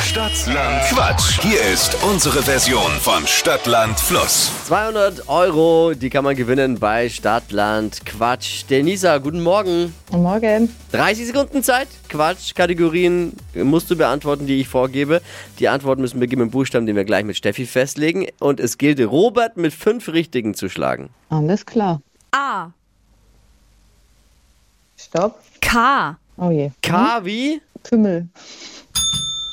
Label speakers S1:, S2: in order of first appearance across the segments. S1: Stadtland Quatsch. Hier ist unsere Version von Stadtland Fluss.
S2: 200 Euro, die kann man gewinnen bei Stadtland Quatsch. Denisa, guten Morgen.
S3: Guten Morgen.
S2: 30 Sekunden Zeit. Quatsch, Kategorien musst du beantworten, die ich vorgebe. Die Antworten müssen beginnen mit dem Buchstaben, den wir gleich mit Steffi festlegen. Und es gilt, Robert mit fünf Richtigen zu schlagen.
S3: Alles klar.
S4: A.
S3: Stopp.
S4: K.
S3: Oh je.
S2: K wie?
S3: Kümmel.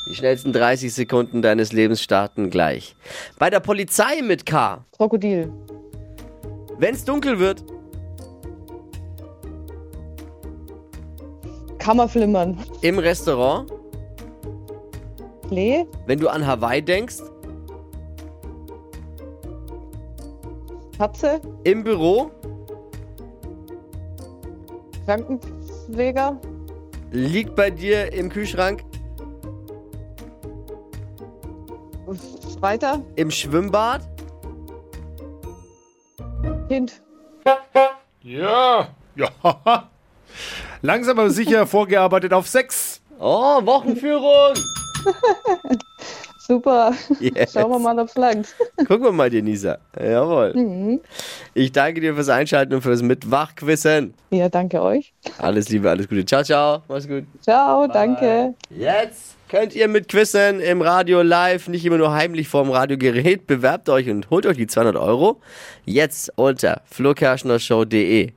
S2: Die schnellsten 30 Sekunden deines Lebens starten gleich. Bei der Polizei mit K.
S3: Krokodil.
S2: Wenn's dunkel wird,
S3: Kammerflimmern.
S2: im Restaurant,
S3: Lee.
S2: wenn du an Hawaii denkst,
S3: Katze.
S2: im Büro,
S3: Krankenpfleger.
S2: liegt bei dir im Kühlschrank,
S3: Weiter.
S2: im Schwimmbad,
S3: Kind.
S5: Ja. Ja. Langsam aber sicher vorgearbeitet auf sechs.
S2: Oh, Wochenführung!
S3: Super.
S2: Yes.
S3: Schauen wir mal, ob's langt.
S2: Gucken wir mal, Denisa. Jawohl.
S3: Mhm.
S2: Ich danke dir fürs Einschalten und fürs Mitwachquissen.
S3: Ja, danke euch.
S2: Alles Liebe, alles Gute. Ciao, ciao. Mach's gut.
S3: Ciao, danke.
S2: Jetzt könnt ihr mitquissen im Radio live, nicht immer nur heimlich vorm Radiogerät. Bewerbt euch und holt euch die 200 Euro. Jetzt unter flokerschnershow.de.